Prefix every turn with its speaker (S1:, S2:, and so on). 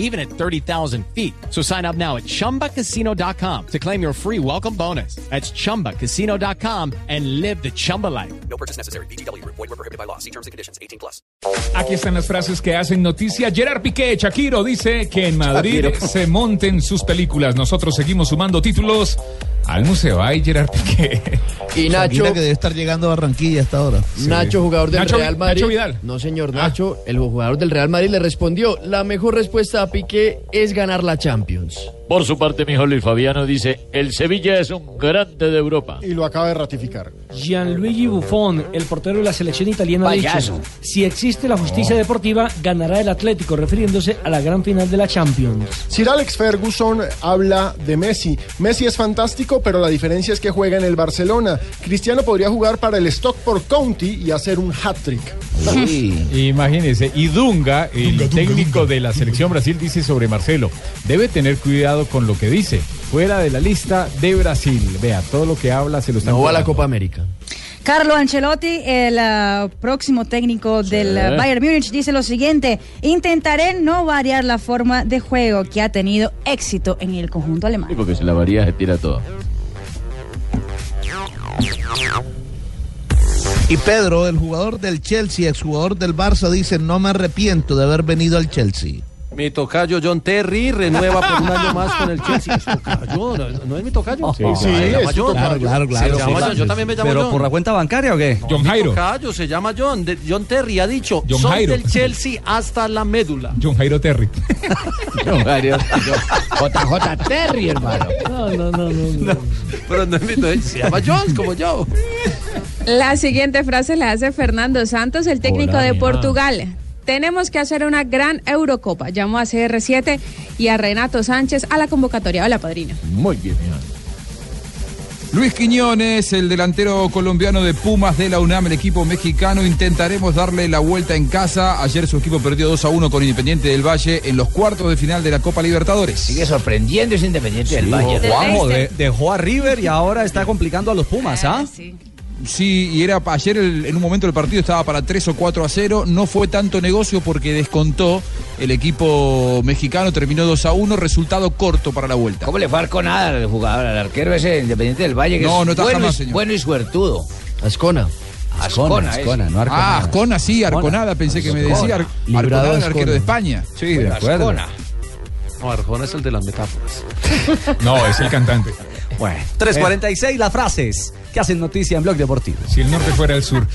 S1: even at 30,000 feet. So sign up now at ChumbaCasino.com to claim your free welcome bonus. That's ChumbaCasino.com and live the Chumba life.
S2: No purchase necessary. BGW. Void were prohibited by law. See terms and conditions. 18 plus.
S3: Aquí están las frases que hacen noticia. Gerard Piqué, Shakiro, dice que en Madrid se monten sus películas. Nosotros seguimos sumando títulos al museo. Ay, Gerard Piqué.
S4: Y Nacho,
S5: Shakira que debe estar llegando a Barranquilla hasta ahora.
S4: Nacho, jugador del
S3: Nacho Vi-
S4: Real Madrid.
S3: Nacho Vidal.
S4: No, señor Nacho, el jugador del Real Madrid le respondió, la mejor respuesta a Piqué es ganar la Champions.
S6: Por su parte, mi hijo Luis Fabiano dice, el Sevilla es un grande de Europa.
S7: y lo acaba de ratificar.
S8: Gianluigi Buffon, el portero de la selección italiana, ha dicho, si existe la justicia deportiva, ganará el Atlético, refiriéndose a la gran final de la Champions.
S7: Sir Alex Ferguson habla de Messi. Messi es fantástico, pero la diferencia es que juega en el Barcelona. Cristiano podría jugar para el Stockport County y hacer un hat-trick.
S3: Imagínense. Y Dunga, el técnico de la selección Brasil, dice sobre Marcelo, debe tener cuidado con lo que dice. Fuera de la lista de Brasil. Vea, todo lo que habla se lo está
S4: No va a la Copa América.
S9: Carlo Ancelotti, el ah, próximo técnico del ah, Bayern Múnich, dice lo siguiente: Intentaré no variar la forma de juego que ha tenido éxito en el conjunto alemán.
S6: Sí, porque si la varía se tira todo.
S5: Y Pedro, el jugador del Chelsea, exjugador del Barça, dice, no me arrepiento de haber venido al Chelsea.
S10: Mi tocayo John Terry renueva por un año más con el Chelsea. Es tocayo, no, no es mi tocayo.
S7: Sí,
S10: se llama
S7: es tu
S10: John.
S4: Ah,
S7: tocayo.
S10: Se llama John, Yo también me llamo John.
S4: cuenta bancaria o qué?
S3: John
S10: Mi
S3: Jairo.
S10: tocayo se llama John. De- John Terry ha dicho,
S3: John
S10: soy
S3: Jairo.
S10: del Chelsea hasta la médula.
S3: John Jairo Terry.
S6: JJ Terry, hermano.
S8: No, no, no, no. no.
S10: Pero no es mi tocayo, se llama John, como yo.
S11: La siguiente frase la hace Fernando Santos, el técnico
S6: Hola,
S11: de
S6: mi
S11: Portugal. Tenemos que hacer una gran Eurocopa. Llamó a CR7 y a Renato Sánchez a la convocatoria. Hola, padrino.
S6: Muy bien, mi hijo.
S3: Luis Quiñones, el delantero colombiano de Pumas de la UNAM, el equipo mexicano. Intentaremos darle la vuelta en casa. Ayer su equipo perdió 2 a 1 con Independiente del Valle en los cuartos de final de la Copa Libertadores.
S4: Sigue sorprendiendo ese Independiente del Valle.
S9: Del Leicester.
S4: dejó a River y ahora está complicando a los Pumas,
S11: Ah, sí.
S3: Sí, y era ayer el- en un momento el partido estaba para 3 o 4 a 0. No fue tanto negocio porque descontó el equipo mexicano. Terminó 2 a 1 , resultado corto para la vuelta.
S4: ¿Cómo le fue con nada al jugador, al arquero ese Independiente del Valle?
S3: que No, es no está bueno y- jamás, señor. bueno
S4: y suertudo. Ascona. Ascona, Ascona, no
S3: Ah, Ascona, sí, Arconada, pensé que me decía. Ar- Arconada,
S4: Librado
S3: el
S4: Ascona.
S3: arquero de España. Sí, de
S10: Pues,
S3: acuerdo.
S10: No, Arjona es el de las metáforas.
S3: No, es el cantante.
S10: eh.
S4: Bueno, 3.46 las frases que hacen noticia en Blog Deportivo.
S3: Si el norte fuera el sur.